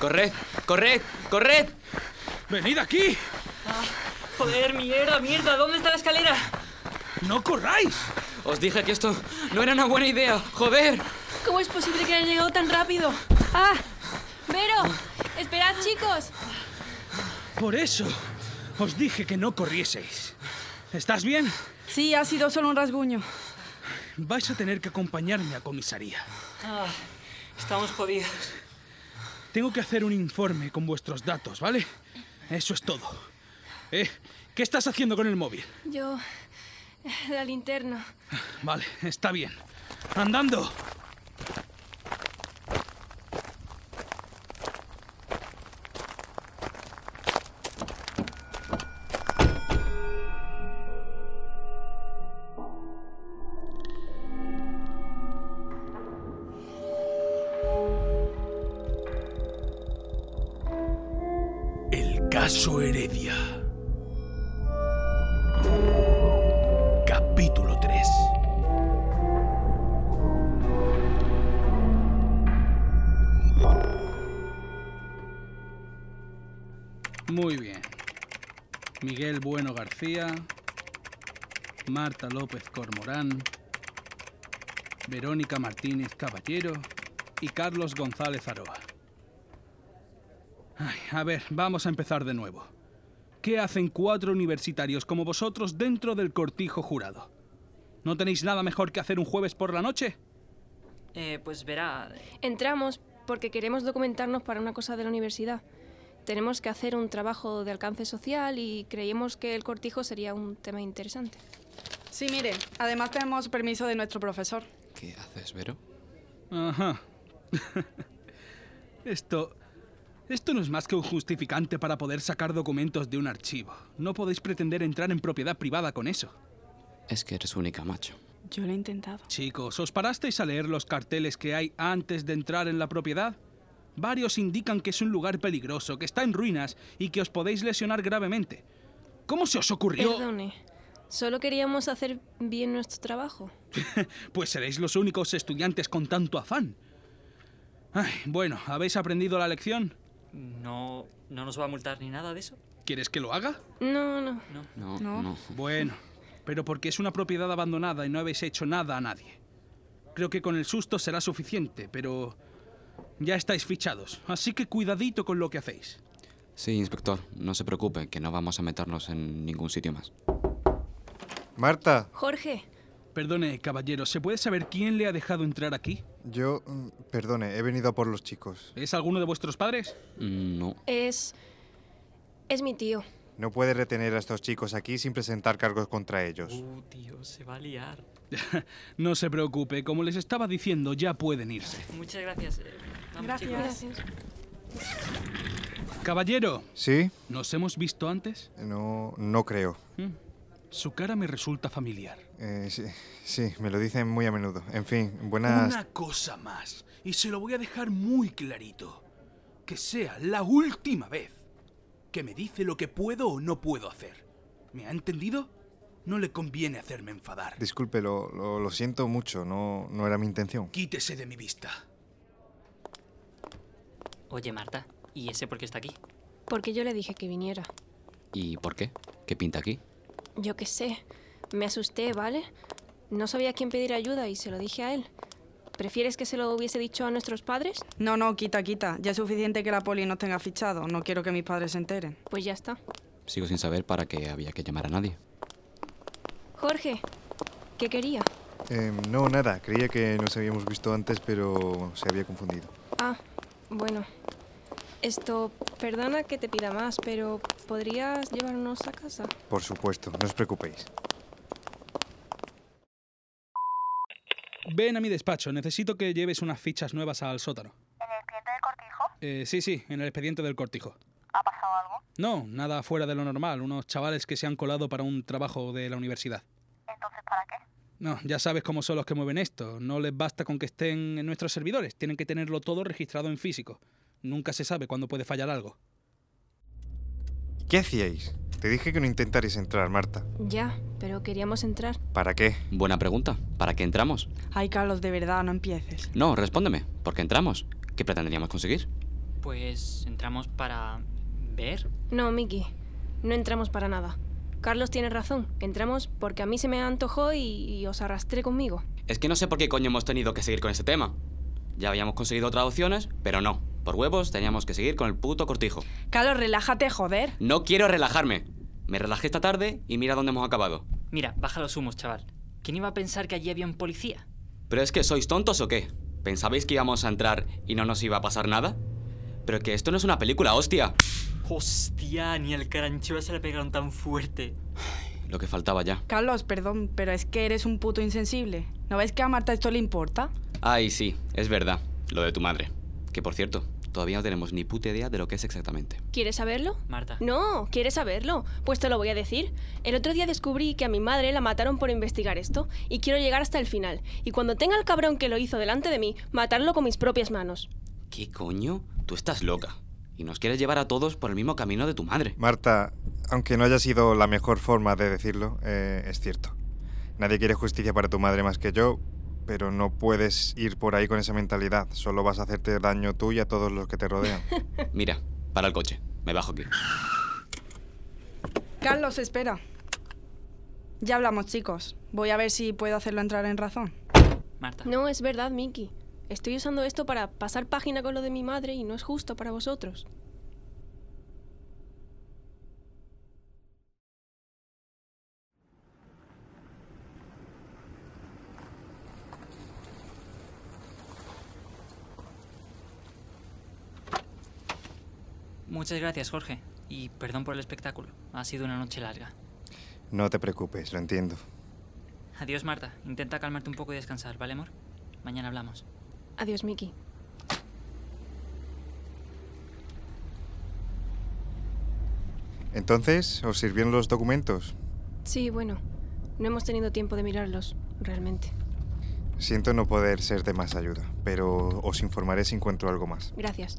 Corred, corred, corred. ¡Venid aquí! Joder, mierda, mierda, ¿dónde está la escalera? ¡No corráis! Os dije que esto no era una buena idea. Joder. ¿Cómo es posible que haya llegado tan rápido? ¡Ah! ¡Vero! ¡Esperad, chicos! Por eso os dije que no corrieseis. ¿Estás bien? Sí, ha sido solo un rasguño. Vais a tener que acompañarme a comisaría. Ah, estamos jodidos. Tengo que hacer un informe con vuestros datos, ¿vale? Eso es todo. Eh, ¿Qué estás haciendo con el móvil? Yo. La linterna. Vale, está bien. ¡Andando! El caso Heredia. Capítulo 3. Muy bien. Miguel Bueno García, Marta López Cormorán, Verónica Martínez Caballero y Carlos González Aroa. Ay, a ver, vamos a empezar de nuevo. ¿Qué hacen cuatro universitarios como vosotros dentro del cortijo jurado? ¿No tenéis nada mejor que hacer un jueves por la noche? Eh, pues verá. Entramos porque queremos documentarnos para una cosa de la universidad. Tenemos que hacer un trabajo de alcance social y creímos que el cortijo sería un tema interesante. Sí, mire, además tenemos permiso de nuestro profesor. ¿Qué haces, Vero? Ajá. esto. Esto no es más que un justificante para poder sacar documentos de un archivo. No podéis pretender entrar en propiedad privada con eso. Es que eres única, macho. Yo lo he intentado. Chicos, ¿os parasteis a leer los carteles que hay antes de entrar en la propiedad? Varios indican que es un lugar peligroso, que está en ruinas y que os podéis lesionar gravemente. ¿Cómo se os ocurrió? Perdone. Solo queríamos hacer bien nuestro trabajo. Pues seréis los únicos estudiantes con tanto afán. Ay, bueno, ¿habéis aprendido la lección? No, no nos va a multar ni nada de eso. ¿Quieres que lo haga? No, no. No, no. No. Bueno, pero porque es una propiedad abandonada y no habéis hecho nada a nadie. Creo que con el susto será suficiente, pero ya estáis fichados, así que cuidadito con lo que hacéis. Sí, inspector, no se preocupe, que no vamos a meternos en ningún sitio más. Marta, Jorge, Perdone, caballero, ¿se puede saber quién le ha dejado entrar aquí? yo... mm, Perdone, he venido a por los chicos. ¿Es alguno de vuestros padres? Mm, No. es. es mi tío. No puede retener a estos chicos aquí sin presentar cargos contra ellos. Uh, tío, se va a liar. No se preocupe, como les estaba diciendo, ya pueden irse. Muchas gracias. eh. Vamos, Gracias. chicos. Gracias. Caballero, ¿Sí? ¿nos hemos visto antes? No, no creo. Mm, Su cara me resulta familiar. Eh, sí, sí, me lo dicen muy a menudo. En fin, buenas... Una cosa más, y se lo voy a dejar muy clarito. Que sea la última vez que me dice lo que puedo o no puedo hacer. ¿Me ha entendido? No le conviene hacerme enfadar. Disculpe, lo, lo- lo siento mucho, no, no era mi intención. Quítese de mi vista. Oye, Marta, ¿y ese por qué está aquí? Porque yo le dije que viniera. ¿Y por qué? ¿Qué pinta aquí? Yo qué sé. Me asusté, ¿vale? No sabía a quién pedir ayuda y se lo dije a él. ¿Prefieres que se lo hubiese dicho a nuestros padres? No, no, quita, quita. Ya es suficiente que la poli nos tenga fichado. No quiero que mis padres se enteren. Pues ya está. Sigo sin saber para qué había que llamar a nadie. Jorge, ¿qué quería? Eh, no, nada, creía que nos habíamos visto antes, pero se había confundido. Ah, bueno. Esto, perdona que te pida más, pero ¿podrías llevarnos a casa? Por supuesto, no os preocupéis. Ven a mi despacho, necesito que lleves unas fichas nuevas al sótano. ¿En el expediente del cortijo? Eh, sí, sí, en el expediente del cortijo. ¿Ha pasado algo? No, nada fuera de lo normal, unos chavales que se han colado para un trabajo de la universidad. Entonces, ¿para qué? No, ya sabes cómo son los que mueven esto, no les basta con que estén en nuestros servidores, tienen que tenerlo todo registrado en físico. Nunca se sabe cuándo puede fallar algo. ¿Qué hacíais? Te dije que no intentaréis entrar, Marta. Ya, pero queríamos entrar. ¿Para qué? Buena pregunta. ¿Para qué entramos? Ay, Carlos, de verdad, no empieces. No, respóndeme. ¿Por qué entramos? ¿Qué pretenderíamos conseguir? Pues entramos para ver. No, Mickey, no entramos para nada. Carlos tiene razón, entramos porque a mí se me antojó y, y os arrastré conmigo. Es que no sé por qué coño hemos tenido que seguir con este tema. Ya habíamos conseguido otras opciones, pero no. Por huevos teníamos que seguir con el puto cortijo. Carlos, relájate, joder. No quiero relajarme. Me relajé esta tarde y mira dónde hemos acabado. Mira, baja los humos, chaval. ¿Quién iba a pensar que allí había un policía? ¿Pero es que sois tontos o qué? ¿Pensabais que íbamos a entrar y no nos iba a pasar nada? Pero que esto no es una película, hostia. Hostia, ni al caranchoa se le pegaron tan fuerte. Lo que faltaba ya. Carlos, perdón, pero es que eres un puto insensible. ¿No ves que a Marta esto le importa? Ay, sí, es verdad. Lo de tu madre. Que por cierto, todavía no tenemos ni puta idea de lo que es exactamente. ¿Quieres saberlo? Marta. No, ¿quieres saberlo? Pues te lo voy a decir. El otro día descubrí que a mi madre la mataron por investigar esto y quiero llegar hasta el final. Y cuando tenga al cabrón que lo hizo delante de mí, matarlo con mis propias manos. ¿Qué coño? Tú estás loca. Y nos quieres llevar a todos por el mismo camino de tu madre. Marta, aunque no haya sido la mejor forma de decirlo, eh, es cierto. Nadie quiere justicia para tu madre más que yo, pero no puedes ir por ahí con esa mentalidad. Solo vas a hacerte daño tú y a todos los que te rodean. Mira, para el coche. Me bajo aquí. Carlos, espera. Ya hablamos, chicos. Voy a ver si puedo hacerlo entrar en razón. Marta. No, es verdad, Mickey. Estoy usando esto para pasar página con lo de mi madre y no es justo para vosotros. Muchas gracias, Jorge. Y perdón por el espectáculo. Ha sido una noche larga. No te preocupes, lo entiendo. Adiós, Marta. Intenta calmarte un poco y descansar, ¿vale, amor? Mañana hablamos. Adiós, Mickey. Entonces, ¿os sirvieron los documentos? Sí, bueno, no hemos tenido tiempo de mirarlos, realmente. Siento no poder ser de más ayuda, pero os informaré si encuentro algo más. Gracias.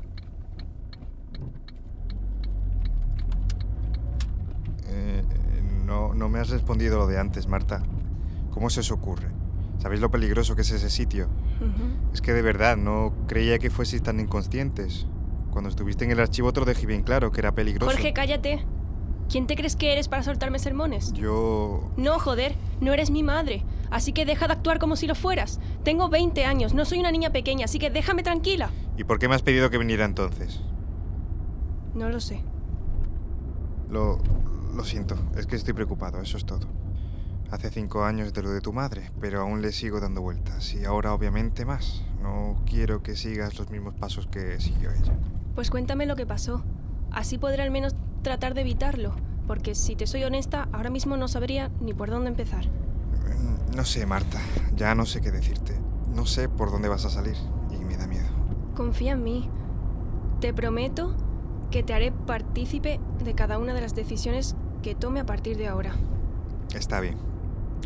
Eh, no, no me has respondido lo de antes, Marta. ¿Cómo se os ocurre? ¿Sabéis lo peligroso que es ese sitio? Ujú. Es que de verdad no creía que fueseis tan inconscientes. Cuando estuviste en el archivo te lo dejé bien claro, que era peligroso. Jorge, cállate. ¿Quién te crees que eres para soltarme sermones? Yo... No, joder, no eres mi madre. Así que deja de actuar como si lo fueras. Tengo 20 años, no soy una niña pequeña, así que déjame tranquila. ¿Y por qué me has pedido que viniera entonces? No lo sé. Lo, lo siento, es que estoy preocupado, eso es todo. Hace cinco años de lo de tu madre, pero aún le sigo dando vueltas y ahora obviamente más. No quiero que sigas los mismos pasos que siguió ella. Pues cuéntame lo que pasó. Así podré al menos tratar de evitarlo. Porque si te soy honesta, ahora mismo no sabría ni por dónde empezar. Mm, No sé, Marta, ya no sé qué decirte. No sé por dónde vas a salir y me da miedo. Confía en mí. Te prometo que te haré partícipe de cada una de las decisiones que tome a partir de ahora. Está bien.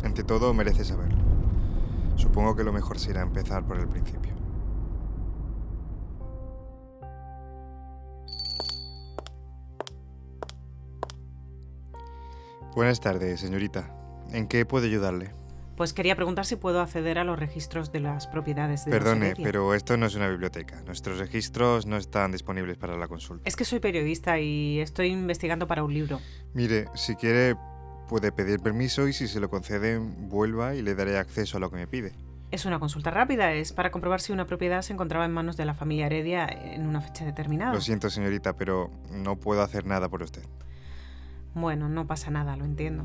Ante todo, mereces saberlo. Supongo que lo mejor será empezar por el principio. Buenas tardes, señorita. ¿En qué puedo ayudarle? Pues quería preguntar si puedo acceder a los registros de las propiedades de la Perdone, Heredia. pero esto no es una biblioteca. Nuestros registros no están disponibles para la consulta. Es que soy periodista y estoy investigando para un libro. Mire, si quiere, puede pedir permiso y si se lo conceden, vuelva y le daré acceso a lo que me pide. Es una consulta rápida, es para comprobar si una propiedad se encontraba en manos de la familia Heredia en una fecha determinada. Lo siento, señorita, pero no puedo hacer nada por usted. Bueno, no pasa nada, lo entiendo.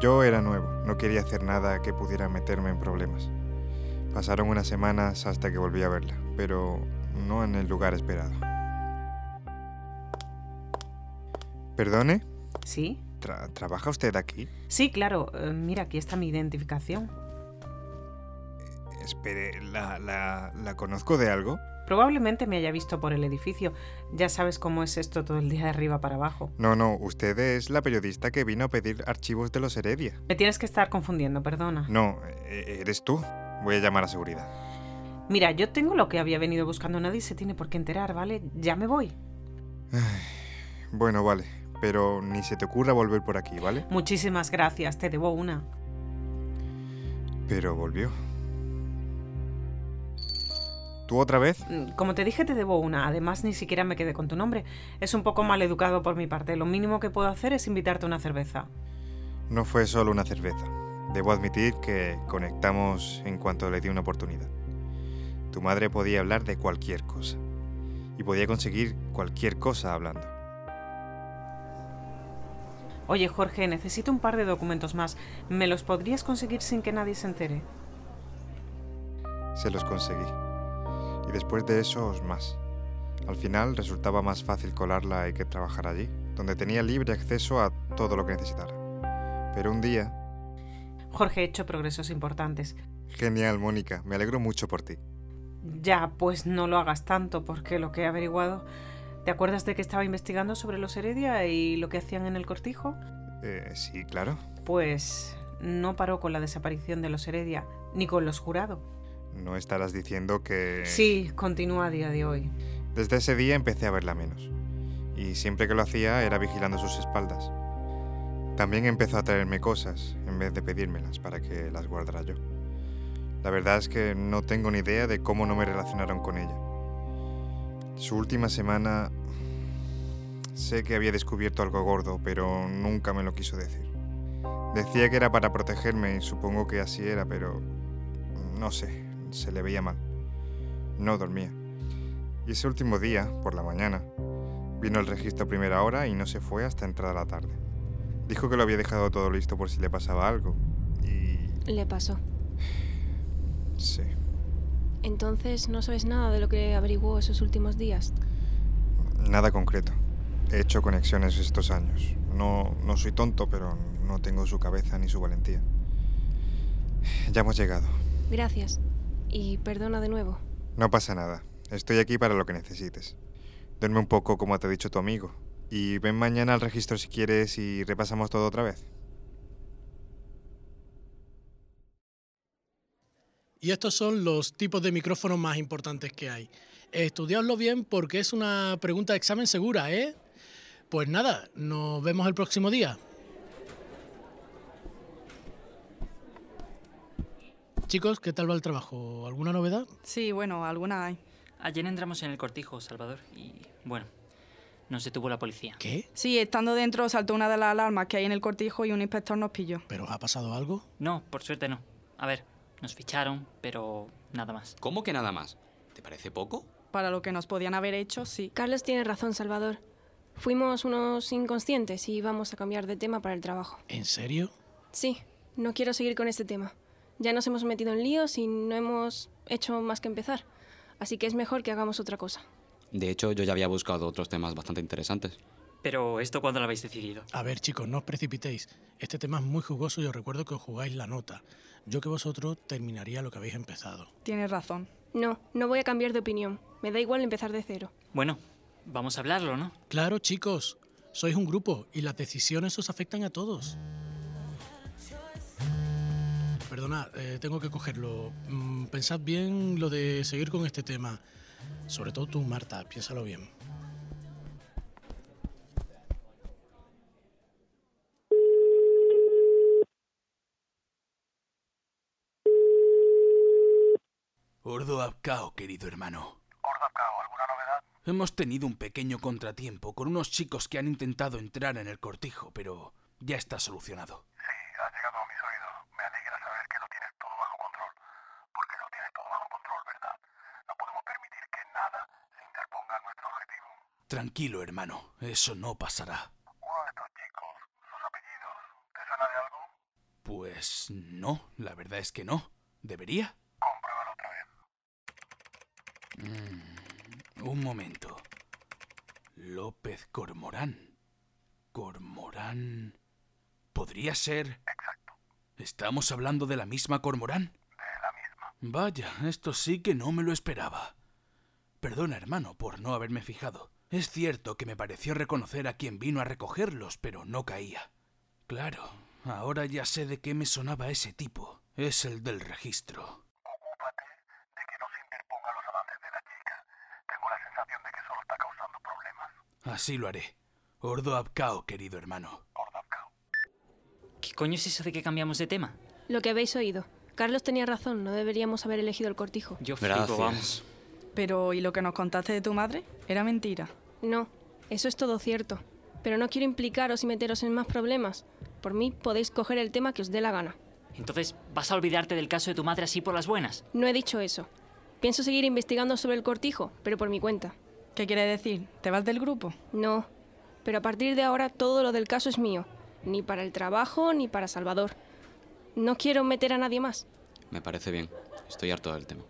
Yo era nuevo, no quería hacer nada que pudiera meterme en problemas. Pasaron unas semanas hasta que volví a verla, pero no en el lugar esperado. ¿Perdone? ¿Sí? Tra- ¿Trabaja usted aquí? Sí, claro. eh, Mira, aquí está mi identificación. Espere, ¿la, la, la conozco de algo? Probablemente me haya visto por el edificio. Ya sabes cómo es esto todo el día de arriba para abajo. No, no, usted es la periodista que vino a pedir archivos de los Heredia. Me tienes que estar confundiendo, perdona. No, e- eres tú. Voy a llamar a seguridad. Mira, yo tengo lo que había venido buscando. Nadie se tiene por qué enterar, ¿vale? Ya me voy. Bueno, vale, pero ni se te ocurra volver por aquí, ¿vale? Muchísimas gracias, te debo una. Pero volvió. ¿Tú otra vez? Mm, Como te dije, te debo una. Además, ni siquiera me quedé con tu nombre. Es un poco mal educado por mi parte. Lo mínimo que puedo hacer es invitarte a una cerveza. No fue solo una cerveza. Debo admitir que conectamos en cuanto le di una oportunidad. Tu madre podía hablar de cualquier cosa. Y podía conseguir cualquier cosa hablando. Oye, Jorge, necesito un par de documentos más. ¿Me los podrías conseguir sin que nadie se entere? Se los conseguí. Y después de esos más. Al final resultaba más fácil colarla y que trabajar allí, donde tenía libre acceso a todo lo que necesitara. Pero un día... Jorge, he hecho progresos importantes. Genial, Mónica, me alegro mucho por ti. Ya, pues no lo hagas tanto, porque lo que he averiguado... ¿Te acuerdas de que estaba investigando sobre los Heredia y lo que hacían en el cortijo? Eh, sí, claro. Pues no paró con la desaparición de los Heredia, ni con los jurado. No estarás diciendo que... Sí, continúa a día de hoy. Desde ese día empecé a verla menos, y siempre que lo hacía era vigilando sus espaldas. También empezó a traerme cosas en vez de pedírmelas para que las guardara yo. La verdad es que no tengo ni idea de cómo no me relacionaron con ella. Su última semana... Sé que había descubierto algo gordo, pero nunca me lo quiso decir. Decía que era para protegerme y supongo que así era, pero... No sé, se le veía mal. No dormía. Y ese último día, por la mañana, vino el registro a primera hora y no se fue hasta entrada la tarde. Dijo que lo había dejado todo listo por si le pasaba algo. Y... Le pasó. sí. Entonces, ¿no sabes nada de lo que averiguó esos últimos días? Nada concreto. He hecho conexiones estos años. No, no soy tonto, pero no tengo su cabeza ni su valentía. Ya hemos llegado. Gracias. Y perdona de nuevo. No pasa nada. Estoy aquí para lo que necesites. Duerme un poco como te ha dicho tu amigo. Y ven mañana al registro si quieres y repasamos todo otra vez. Y estos son los tipos de micrófonos más importantes que hay. Estudiadlo bien porque es una pregunta de examen segura, ¿eh? Pues nada, nos vemos el próximo día. Chicos, ¿qué tal va el trabajo? ¿Alguna novedad? Sí, bueno, alguna hay. Ayer entramos en el cortijo, Salvador, y bueno, nos detuvo la policía. ¿Qué? Sí, estando dentro saltó una de las alarmas que hay en el cortijo y un inspector nos pilló. ¿Pero os ha pasado algo? No, por suerte no. A ver, nos ficharon, pero nada más. ¿Cómo que nada más? ¿Te parece poco? Para lo que nos podían haber hecho, sí. Carlos tiene razón, Salvador. Fuimos unos inconscientes y vamos a cambiar de tema para el trabajo. ¿En serio? Sí, no quiero seguir con este tema. Ya nos hemos metido en líos y no hemos hecho más que empezar. Así que es mejor que hagamos otra cosa. De hecho, yo ya había buscado otros temas bastante interesantes. Pero esto cuándo lo habéis decidido. A ver, chicos, no os precipitéis. Este tema es muy jugoso y os recuerdo que os jugáis la nota. Yo que vosotros terminaría lo que habéis empezado. Tienes razón. No, no voy a cambiar de opinión. Me da igual empezar de cero. Bueno, vamos a hablarlo, ¿no? Claro, chicos, sois un grupo y las decisiones os afectan a todos. Perdona, eh, tengo que cogerlo. Mm, pensad bien lo de seguir con este tema. Sobre todo tú, Marta, piénsalo bien. Ordo Abcao, querido hermano. Ordacao, ¿alguna novedad? Hemos tenido un pequeño contratiempo con unos chicos que han intentado entrar en el cortijo, pero ya está solucionado. Sí, ha llegado a mis oídos. Me alegra saber que lo tienes todo bajo control. Porque lo tienes todo bajo control, ¿verdad? No podemos permitir que nada se interponga a nuestro objetivo. Tranquilo, hermano, eso no pasará. Uno de estos chicos, sus apellidos, ¿te suena de algo? Pues no, la verdad es que no. ¿Debería? Compruébalo otra vez. Un momento. López Cormorán. Cormorán. ¿Podría ser? Exacto. ¿Estamos hablando de la misma Cormorán? De la misma. Vaya, esto sí que no me lo esperaba. Perdona, hermano, por no haberme fijado. Es cierto que me pareció reconocer a quien vino a recogerlos, pero no caía. Claro, ahora ya sé de qué me sonaba ese tipo. Es el del registro. Ocúpate de que no se interponga los avances de la chica. Tengo la sensación de que solo está causando problemas. Así lo haré. Ordo Abcao, querido hermano. Ordacao. ¿Qué coño es eso de que cambiamos de tema? Lo que habéis oído. Carlos tenía razón, no deberíamos haber elegido el cortijo. Yo flipo, Gracias. vamos. Pero, ¿y lo que nos contaste de tu madre? Era mentira. No, eso es todo cierto. Pero no quiero implicaros y meteros en más problemas. Por mí podéis coger el tema que os dé la gana. Entonces, ¿vas a olvidarte del caso de tu madre así por las buenas? No he dicho eso. Pienso seguir investigando sobre el cortijo, pero por mi cuenta. ¿Qué quiere decir? ¿Te vas del grupo? No, pero a partir de ahora todo lo del caso es mío. Ni para el trabajo ni para Salvador. No quiero meter a nadie más. Me parece bien. Estoy harto del tema.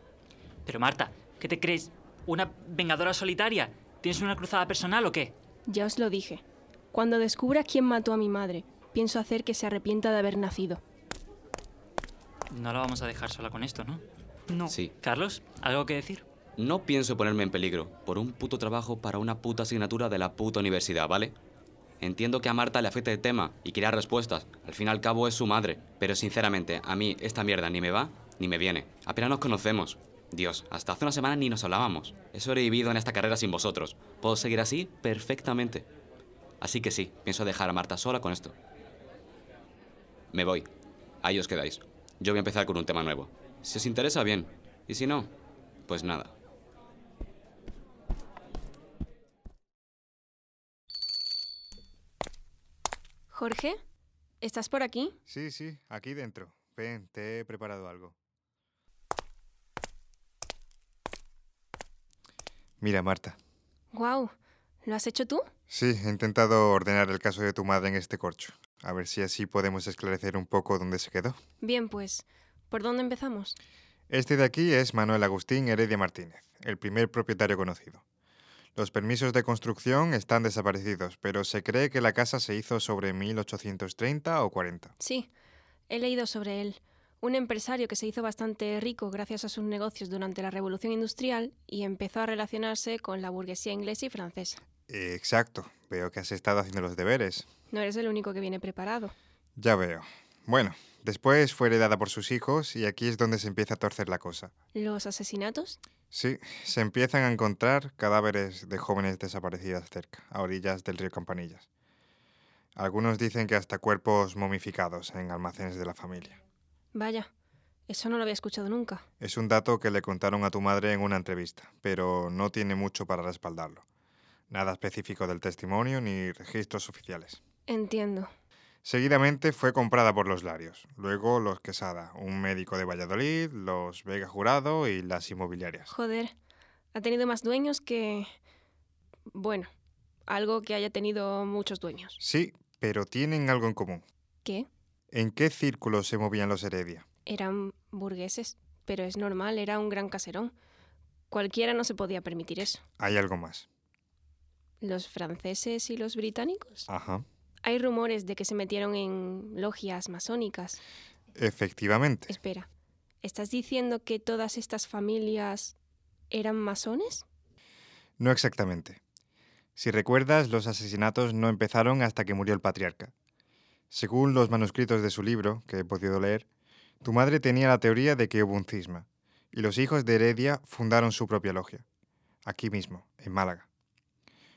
Pero Marta, ¿qué te crees? ¿Una vengadora solitaria? ¿Tienes una cruzada personal o qué? Ya os lo dije. Cuando descubra quién mató a mi madre, pienso hacer que se arrepienta de haber nacido. No la vamos a dejar sola con esto, ¿no? No. Sí. Carlos, ¿algo que decir? No pienso ponerme en peligro por un puto trabajo para una puta asignatura de la puta universidad, ¿vale? Entiendo que a Marta le afecta el tema y quiera respuestas. Al fin y al cabo es su madre. Pero sinceramente, a mí esta mierda ni me va ni me viene. Apenas nos conocemos. Dios, hasta hace una semana ni nos hablábamos. He sobrevivido en esta carrera sin vosotros. Puedo seguir así perfectamente. Así que sí, pienso dejar a Marta sola con esto. Me voy. Ahí os quedáis. Yo voy a empezar con un tema nuevo. Si os interesa, bien. Y si no, pues nada. Jorge, ¿estás por aquí? Sí, sí, aquí dentro. Ven, te he preparado algo. Mira, Marta. Wow, ¿lo has hecho tú? Sí, he intentado ordenar el caso de tu madre en este corcho. A ver si así podemos esclarecer un poco dónde se quedó. Bien, pues, ¿por dónde empezamos? Este de aquí es Manuel Agustín Heredia Martínez, el primer propietario conocido. Los permisos de construcción están desaparecidos, pero se cree que la casa se hizo sobre 1830 o 40. Sí, he leído sobre él. Un empresario que se hizo bastante rico gracias a sus negocios durante la Revolución Industrial y empezó a relacionarse con la burguesía inglesa y francesa. Exacto, veo que has estado haciendo los deberes. No eres el único que viene preparado. Ya veo. Bueno, después fue heredada por sus hijos y aquí es donde se empieza a torcer la cosa. ¿Los asesinatos? Sí, se empiezan a encontrar cadáveres de jóvenes desaparecidas cerca, a orillas del río Campanillas. Algunos dicen que hasta cuerpos momificados en almacenes de la familia. Vaya, eso no lo había escuchado nunca. Es un dato que le contaron a tu madre en una entrevista, pero no tiene mucho para respaldarlo. Nada específico del testimonio ni registros oficiales. Entiendo. Seguidamente fue comprada por los Larios, luego los Quesada, un médico de Valladolid, los Vega Jurado y las inmobiliarias. Joder, ha tenido más dueños que... Bueno, algo que haya tenido muchos dueños. Sí, pero tienen algo en común. ¿Qué? ¿En qué círculo se movían los Heredia? Eran burgueses, pero es normal, era un gran caserón. Cualquiera no se podía permitir eso. Hay algo más. ¿Los franceses y los británicos? Ajá. Hay rumores de que se metieron en logias masónicas. Efectivamente. Espera, ¿estás diciendo que todas estas familias eran masones? No exactamente. Si recuerdas, los asesinatos no empezaron hasta que murió el patriarca. Según los manuscritos de su libro, que he podido leer, tu madre tenía la teoría de que hubo un cisma, y los hijos de Heredia fundaron su propia logia, aquí mismo, en Málaga.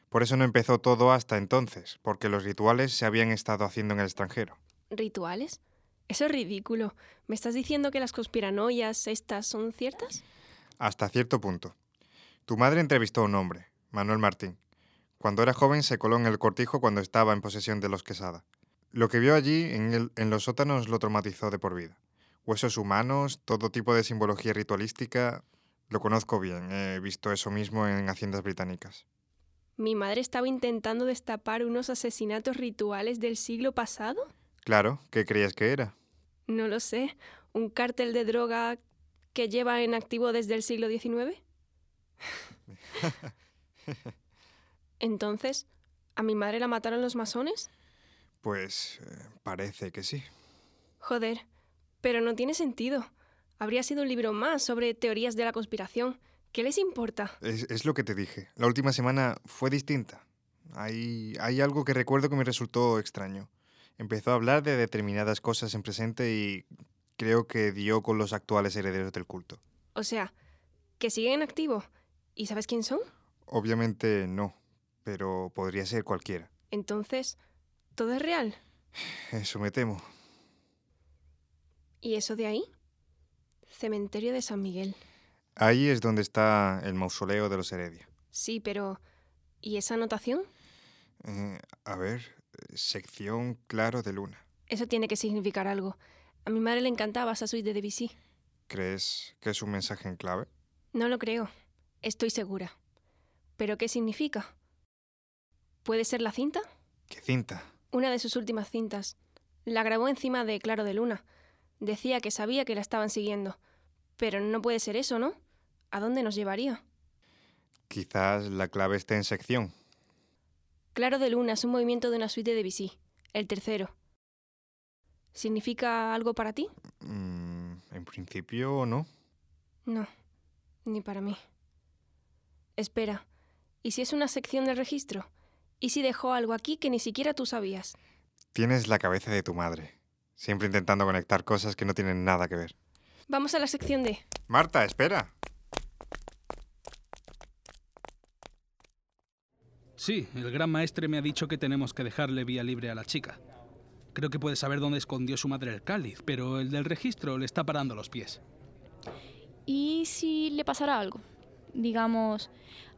Por eso no empezó todo hasta entonces, porque los rituales se habían estado haciendo en el extranjero. ¿Rituales? Eso es ridículo. ¿Me estás diciendo que las conspiranoias estas son ciertas? Hasta cierto punto. Tu madre entrevistó a un hombre, Manuel Martín. Cuando era joven se coló en el cortijo cuando estaba en posesión de los Quesada. Lo que vio allí en, el- en los sótanos lo traumatizó de por vida. Huesos humanos, todo tipo de simbología ritualística. Lo conozco bien, he visto eso mismo en haciendas británicas. ¿Mi madre estaba intentando destapar unos asesinatos rituales del siglo pasado? Claro, ¿qué creías que era? No lo sé. ¿Un cártel de droga que lleva en activo desde el siglo XIX? Entonces, ¿a mi madre la mataron los masones? Pues eh, parece que sí. Joder, pero no tiene sentido. Habría sido un libro más sobre teorías de la conspiración. ¿Qué les importa? Es, es lo que te dije. La última semana fue distinta. Hay, hay algo que recuerdo que me resultó extraño. Empezó a hablar de determinadas cosas en presente y creo que dio con los actuales herederos del culto. O sea, que siguen en activo. ¿Y sabes quién son? Obviamente no, pero podría ser cualquiera. Entonces, todo es real. Eso me temo. ¿Y eso de ahí? Cementerio de San Miguel. Ahí es donde está el mausoleo de los Heredia. Sí, pero... ¿Y esa anotación? Eh, a ver, sección claro de luna. Eso tiene que significar algo. A mi madre le encantaba esa suite de Debussy. ¿Crees que es un mensaje en clave? No lo creo. Estoy segura. ¿Pero qué significa? ¿Puede ser la cinta? ¿Qué cinta? Una de sus últimas cintas. La grabó encima de Claro de Luna. Decía que sabía que la estaban siguiendo. Pero no puede ser eso, ¿no? ¿A dónde nos llevaría? Quizás la clave esté en sección. Claro de Luna es un movimiento de una suite de Debussy, el tercero. ¿Significa algo para ti? Mm, en principio, no. No, ni para mí. Espera, ¿y si es una sección del registro? ¿Y si dejó algo aquí que ni siquiera tú sabías? Tienes la cabeza de tu madre, siempre intentando conectar cosas que no tienen nada que ver. Vamos a la sección de... Marta, espera. Sí, el gran maestre me ha dicho que tenemos que dejarle vía libre a la chica. Creo que puede saber dónde escondió su madre el cáliz, pero el del registro le está parando los pies. ¿Y si le pasará algo? Digamos,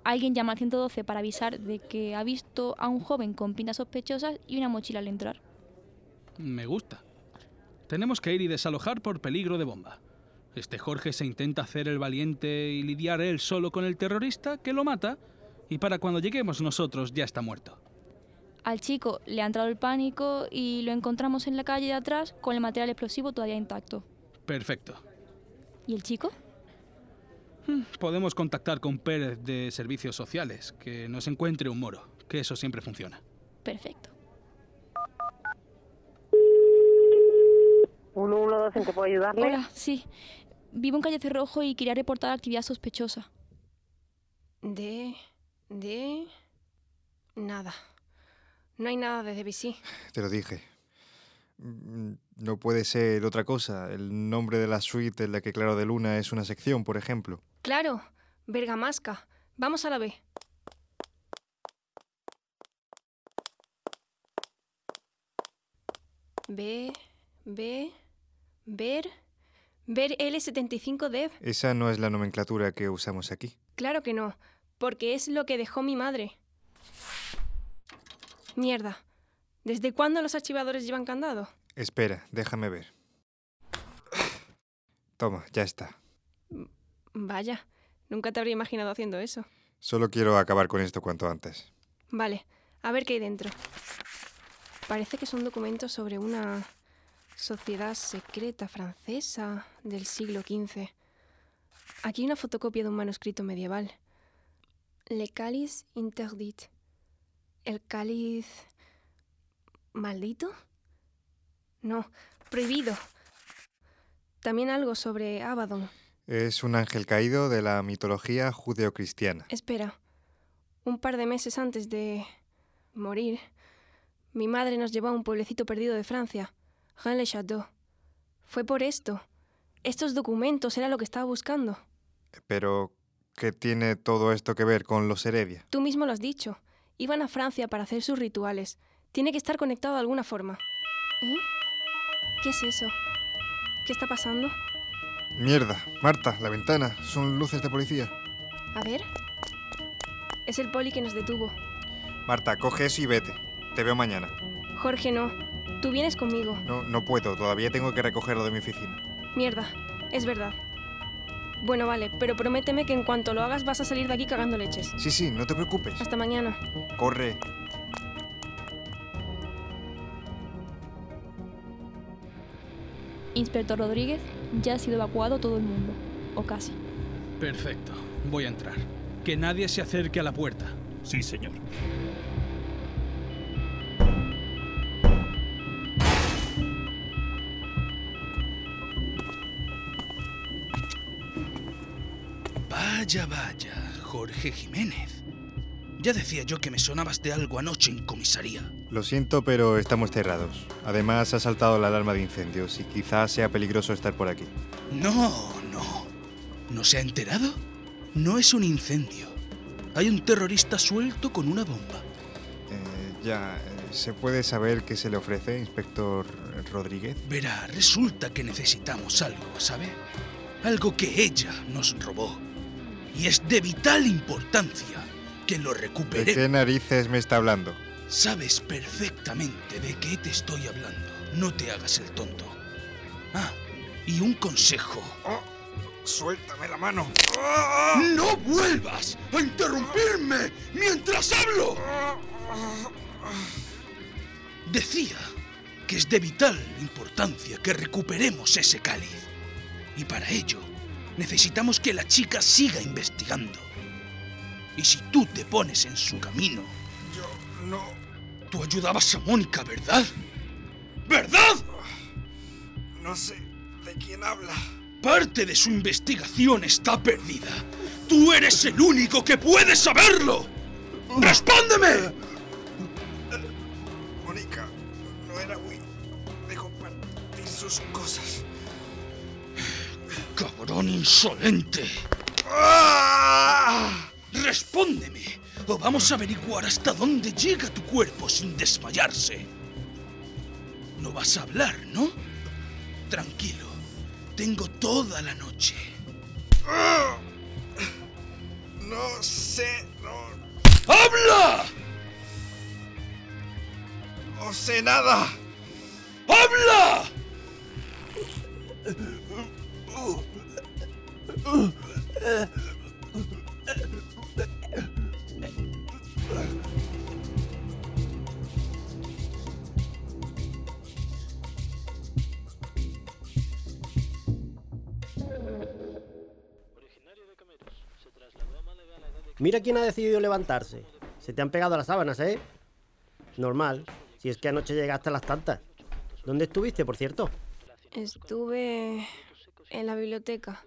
alguien llama al 112 para avisar de que ha visto a un joven con pintas sospechosas y una mochila al entrar. Me gusta. Tenemos que ir y desalojar por peligro de bomba. Este Jorge se intenta hacer el valiente y lidiar él solo con el terrorista que lo mata y para cuando lleguemos nosotros ya está muerto. Al chico le ha entrado el pánico y lo encontramos en la calle de atrás con el material explosivo todavía intacto. Perfecto. ¿Y el chico? Hmm, Podemos contactar con Pérez de Servicios Sociales, que nos encuentre un moro, que eso siempre funciona. Perfecto. 112, ¿en qué puedo ayudarle? Hola, sí. Vivo en calle Cerrojo y quería reportar actividad sospechosa. De... de... nada. No hay nada de Debussy. Te lo dije. Mm, No puede ser otra cosa. El nombre de la suite en la que Claro de Luna es una sección, por ejemplo. Claro, Bergamasca. Vamos a la B. B, B, Ver, Ver L75D. Esa no es la nomenclatura que usamos aquí. Claro que no, porque es lo que dejó mi madre. Mierda. ¿Desde cuándo los archivadores llevan candado? Espera, déjame ver. Toma, ya está. Vaya, nunca te habría imaginado haciendo eso. Solo quiero acabar con esto cuanto antes. Vale, a ver qué hay dentro. Parece que son documentos sobre una sociedad secreta francesa del siglo XV. Aquí hay una fotocopia de un manuscrito medieval. Le cáliz interdit. ¿El cáliz... maldito? No, prohibido. También algo sobre Abaddon. Es un ángel caído de la mitología judeocristiana. Espera, un par de meses antes de morir, mi madre nos llevó a un pueblecito perdido de Francia, Rennes-le-Château. Fue por esto. Estos documentos era lo que estaba buscando. Pero, ¿qué tiene todo esto que ver con los Heredia? Tú mismo lo has dicho. Iban a Francia para hacer sus rituales. Tiene que estar conectado de alguna forma. ¿Eh? ¿Qué es eso? ¿Qué está pasando? Mierda, Marta, la ventana, son luces de policía. A ver. Es el poli que nos detuvo. Marta, coge eso y vete. Te veo mañana. Jorge, no. Tú vienes conmigo. No, no puedo, todavía tengo que recogerlo de mi oficina. Mierda, es verdad. Bueno, vale, pero prométeme que en cuanto lo hagas vas a salir de aquí cagando leches. Sí, sí, no te preocupes. Hasta mañana. Corre. Inspector Rodríguez, ya ha sido evacuado todo el mundo. O casi. Perfecto, voy a entrar. Que nadie se acerque a la puerta. Sí, señor. Vaya, vaya, Jorge Jiménez. Ya decía yo que me sonabas de algo anoche en comisaría. Lo siento, pero estamos cerrados. Además, ha saltado la alarma de incendios y quizás sea peligroso estar por aquí. No, no. ¿No se ha enterado? No es un incendio. Hay un terrorista suelto con una bomba. Eh, ya, eh, ¿se puede saber qué se le ofrece, inspector Rodríguez? Verá, resulta que necesitamos algo, ¿sabe? Algo que ella nos robó. y es de vital importancia que lo ¿De recupere. qué narices me está hablando? Sabes perfectamente de qué te estoy hablando. No te hagas el tonto. Ah, y un consejo. Oh, suéltame la mano. ¡No vuelvas a interrumpirme mientras hablo! Decía que es de vital importancia que recuperemos ese cáliz. Y para ello, necesitamos que la chica siga investigando. Y si tú te pones en su camino... Yo no... Tú ayudabas a Mónica, ¿verdad? ¿Verdad? No sé de quién habla. Parte de su investigación está perdida. Tú eres el único que puede saberlo. ¡Respóndeme! Mónica, no era muy de compartir sus cosas. Cabrón insolente. ¡Ah! Respóndeme, o vamos a averiguar hasta dónde llega tu cuerpo sin desmayarse. No vas a hablar, ¿no? Tranquilo, tengo toda la noche. No sé, ¡Habla! no sé nada. ¡Habla! Mira quién ha decidido levantarse. Se te han pegado las sábanas, ¿eh? Normal, si es que anoche llegaste a las tantas. ¿Dónde estuviste, por cierto? Estuve en la biblioteca,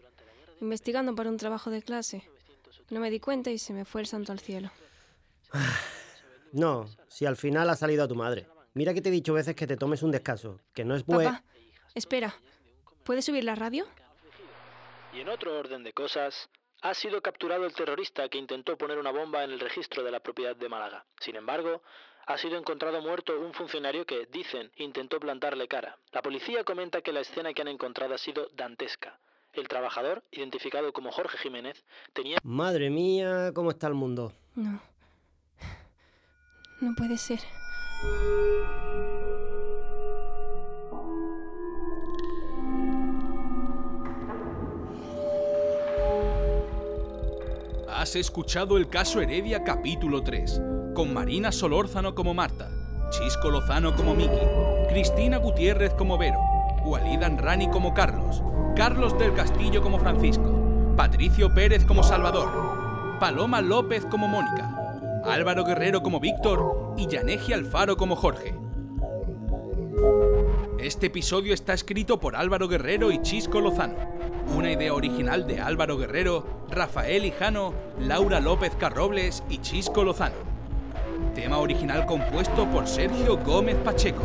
investigando para un trabajo de clase. No me di cuenta y se me fue el santo al cielo. No, si al final ha salido a tu madre. Mira que te he dicho veces que te tomes un descanso, que no es bueno. Papá, espera. ¿Puedes subir la radio? Y en otro orden de cosas, ha sido capturado el terrorista que intentó poner una bomba en el registro de la propiedad de Málaga. Sin embargo, ha sido encontrado muerto un funcionario que, dicen, intentó plantarle cara. La policía comenta que la escena que han encontrado ha sido dantesca. El trabajador, identificado como Jorge Jiménez, tenía... Madre mía, cómo está el mundo. No. No puede ser. Has escuchado el caso Heredia capítulo 3, con Marina Solórzano como Marta, Chisco Lozano como Miki, Cristina Gutiérrez como Vero, Walid Anrani como Carlos, Carlos del Castillo como Francisco, Patricio Pérez como Salvador, Paloma López como Mónica, Álvaro Guerrero como Víctor y Yaneji Alfaro como Jorge. Este episodio está escrito por Álvaro Guerrero y Chisco Lozano. Una idea original de Álvaro Guerrero, Rafael Hijano, Laura López Carrobles y Chisco Lozano. Tema original compuesto por Sergio Gómez Pacheco.